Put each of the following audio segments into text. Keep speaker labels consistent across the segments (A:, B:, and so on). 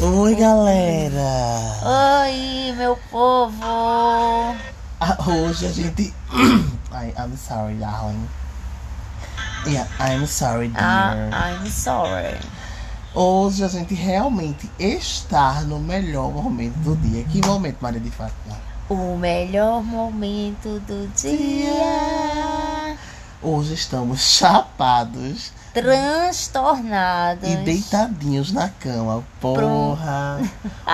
A: Oi, galera!
B: Oi, meu povo!
A: Ah, Hoje a gente. I, I'm sorry, darling. Yeah, I'm sorry,
B: Ah,
A: dear.
B: I'm sorry.
A: Hoje a gente realmente está no melhor momento do dia. Que momento, Maria de Fátima?
B: O melhor momento do dia.
A: Hoje estamos chapados
B: Transtornados.
A: e deitadinhos na cama. Porra!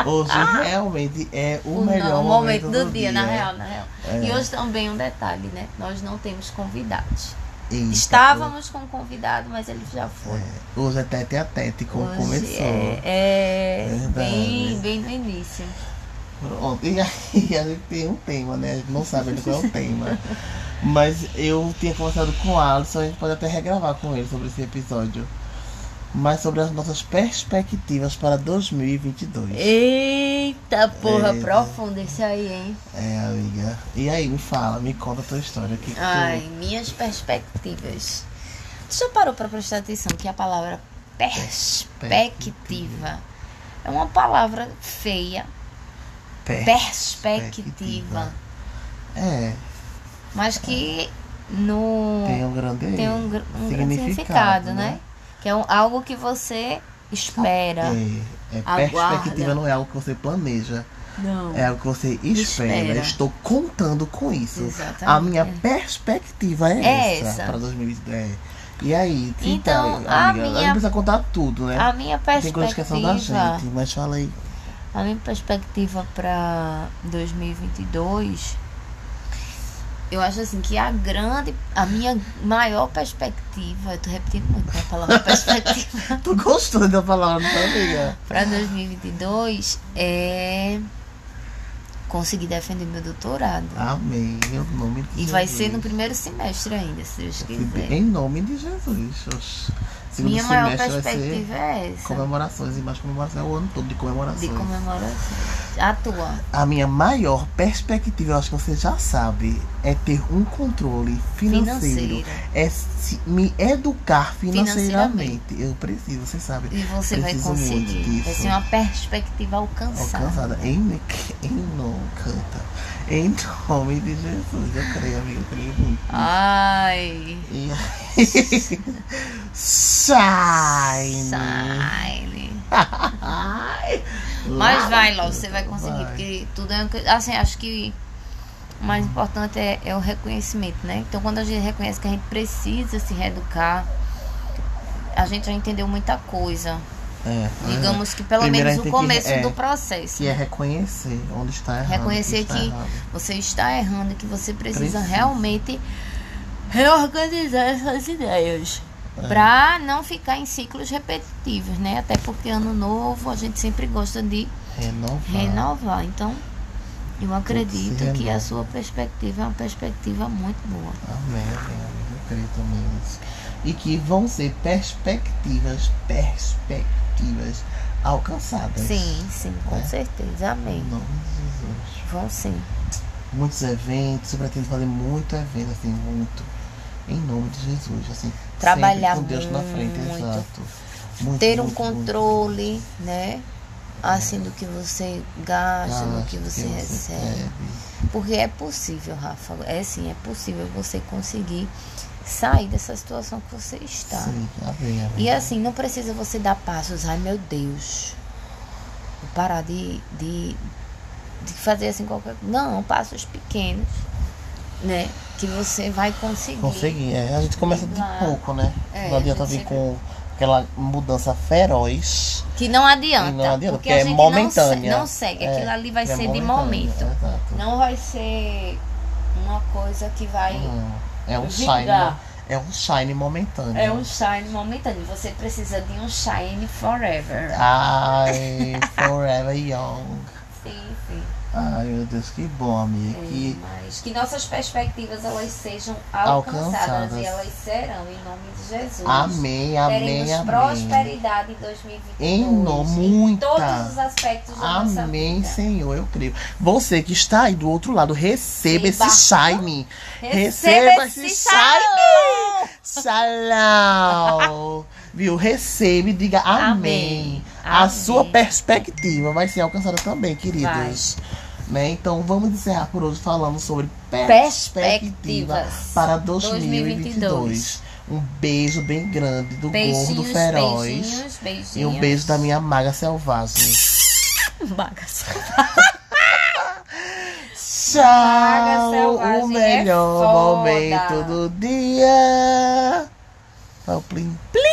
A: Hoje realmente é o,
B: Ah. O
A: melhor
B: não-
A: momento,
B: do, dia, na real, na real.
A: É.
B: E hoje também um detalhe, né? Nós não temos convidados.
A: Eita,
B: Estávamos com um convidado, mas ele já foi.
A: pô. Hoje é tete a tete, como
B: Hoje
A: começou.
B: É, é
A: Verdade.
B: bem, bem no início.
A: Pronto, e aí a gente tem um tema, né? A gente não sabe ainda qual é o tema. Mas eu tinha conversado com o Alisson, a gente pode até regravar com ele sobre esse episódio. Mas sobre as nossas perspectivas para 2022.
B: Eita porra,
A: É.
B: profundo esse aí, hein?
A: É, amiga. E aí, me fala, me conta a tua história. o Que que
B: Ai, minhas perspectivas. Tu já parou pra prestar atenção que a palavra perspectiva é uma palavra feia.
A: tu... Per-
B: Perspectiva.
A: É,
B: Mas que no...
A: tem um grande
B: tem um, gr- um
A: significado,
B: grande significado,
A: né?
B: né? Que é um- algo que você espera.
A: É, é
B: Aguarda.
A: perspectiva não é algo que você planeja.
B: Não.
A: É algo que você espera.
B: Espera.
A: Eu estou contando com isso.
B: Exatamente.
A: A minha perspectiva é,
B: É
A: essa,
B: essa.
A: para 2010. E aí, tita,
B: Então,
A: amiga,
B: a
A: a gente
B: minha-
A: precisa contar tudo, né?
B: A minha
A: Tem coisas que são da
B: perspectiva...
A: gente, mas fala aí.
B: A minha perspectiva para 2022, eu acho assim que a grande, a minha maior perspectiva, eu tô repetindo muito né, a palavra perspectiva
A: Tu gostou da palavra, não tá, amiga?
B: para 2022 é conseguir defender meu doutorado.
A: Amém, em nome de
B: e
A: Jesus.
B: vai ser no primeiro semestre ainda, se Deus quiser.
A: Em nome de Jesus. Oxe. Segundo
B: Minha maior
A: semestre vai ser
B: perspectiva é essa,
A: comemorações e mais comemorações. É o ano todo de comemorações.
B: de comemoração. A tua.
A: A minha maior perspectiva, eu acho que você já sabe, é ter um controle financeiro.
B: Financeiro.
A: É se- me educar financeiramente.
B: Financeiramente.
A: Eu preciso, você sabe.
B: E você vai
A: Preciso muito
B: conseguir.
A: disso.
B: Vai ser uma perspectiva alcançada.
A: Alcançada em, me- em não canta. Em nome de Jesus. Eu creio, amigo. Eu creio muito.
B: Ai.
A: E Shine.
B: Sai.
A: Ai.
B: Mas
A: Lá-
B: vai, Lau, você vai conseguir.
A: Vai.
B: Porque tudo é. uma coisa- Assim, acho que o mais importante é, é o reconhecimento, né? Então, quando a gente reconhece que a gente precisa se reeducar, a gente já entendeu muita coisa.
A: É,
B: Digamos que pelo
A: Primeiro a
B: menos
A: gente tem
B: o
A: que-
B: começo
A: é.
B: do processo.
A: Que é reconhecer onde está errado.
B: Reconhecer
A: o está
B: que-
A: errado.
B: Você está errando e que você precisa
A: Precisa.
B: realmente reorganizar essas ideias.
A: É.
B: Pra não ficar em ciclos repetitivos, né? Até porque ano novo a gente sempre gosta de
A: Renovar.
B: renovar. Então, eu acredito que
A: renova.
B: a sua perspectiva é uma perspectiva muito boa.
A: Amém, amém, amém. é, Eu creio também nisso. E que vão ser perspectivas, perspectivas alcançadas.
B: Sim, sim, com
A: É.
B: certeza.
A: Em
B: Amém.
A: nome de Jesus.
B: Vão sim.
A: Muitos eventos, eu pretendo fazer muito evento, assim, muito. Em nome de Jesus, assim.
B: Trabalhar
A: sempre com Deus na frente,
B: muito.
A: exato. Muito,
B: Ter um
A: muito, muito.
B: controle, né? Assim, do que você
A: Ah,
B: gasta, do que você
A: é.
B: recebe. Porque é possível, Rafa. É sim, é possível você conseguer sair dessa situação que você está.
A: Sim, tá amém, amém.
B: tá. E assim, não precisa você dar passos, ai meu Deus. Vou parar de, de, de fazer assim qualquer Não, passos pequenos, né? Que você vai conseguir.
A: Consegui, é. A gente começa de
B: Lá.
A: pouco, né?
B: É,
A: não adianta
B: a gente
A: vir com aquela mudança feroz.
B: Que não adianta.
A: E não adianta,
B: porque
A: porque
B: a
A: é
B: gente
A: momentânea.
B: Não, se- não segue.
A: É,
B: Aquilo ali vai
A: é
B: ser de
A: momentânea, é,
B: momento.
A: exato.
B: Não vai ser uma coisa que vai.
A: Não, É um
B: Vingar.
A: shine. É um shine momentâneo.
B: É um shine momentâneo. Você precisa de um shine
A: Ah.
B: forever.
A: Ai, forever young.
B: Sim, sim.
A: Ai, meu Deus, que bom, amiga.
B: Que...
A: Que
B: Mas que nossas perspectivas elas sejam
A: Alcançadas.
B: alcançadas, e elas serão em nome de Jesus.
A: amém, amém,
B: Teremos
A: amém.
B: prosperidade em 2022.
A: Em nome, muita.
B: todos os aspectos da nossa
A: Amém,
B: vida.
A: Senhor, eu creio. Você que está aí do outro lado, receba esse
B: Receba.
A: shine.
B: Receba
A: Receba
B: esse
A: esse shine. Shalom. Viu? Receba e diga amém.
B: Amém.
A: A
B: Amém.
A: sua perspectiva vai ser alcançada também, queridos. Né? Então vamos encerrar por hoje falando sobre perspectiva
B: Perspectivas
A: para 2022.
B: 2022.
A: Um beijo bem grande do gordo
B: Beijinhos,
A: feroz.
B: beijinhos, beijinhos.
A: E um beijo da minha maga selvagem.
B: bagaça. Maga
A: Tchau!
B: selvagem
A: O
B: é
A: melhor
B: foda.
A: momento do dia. Ó, o plim. Plim!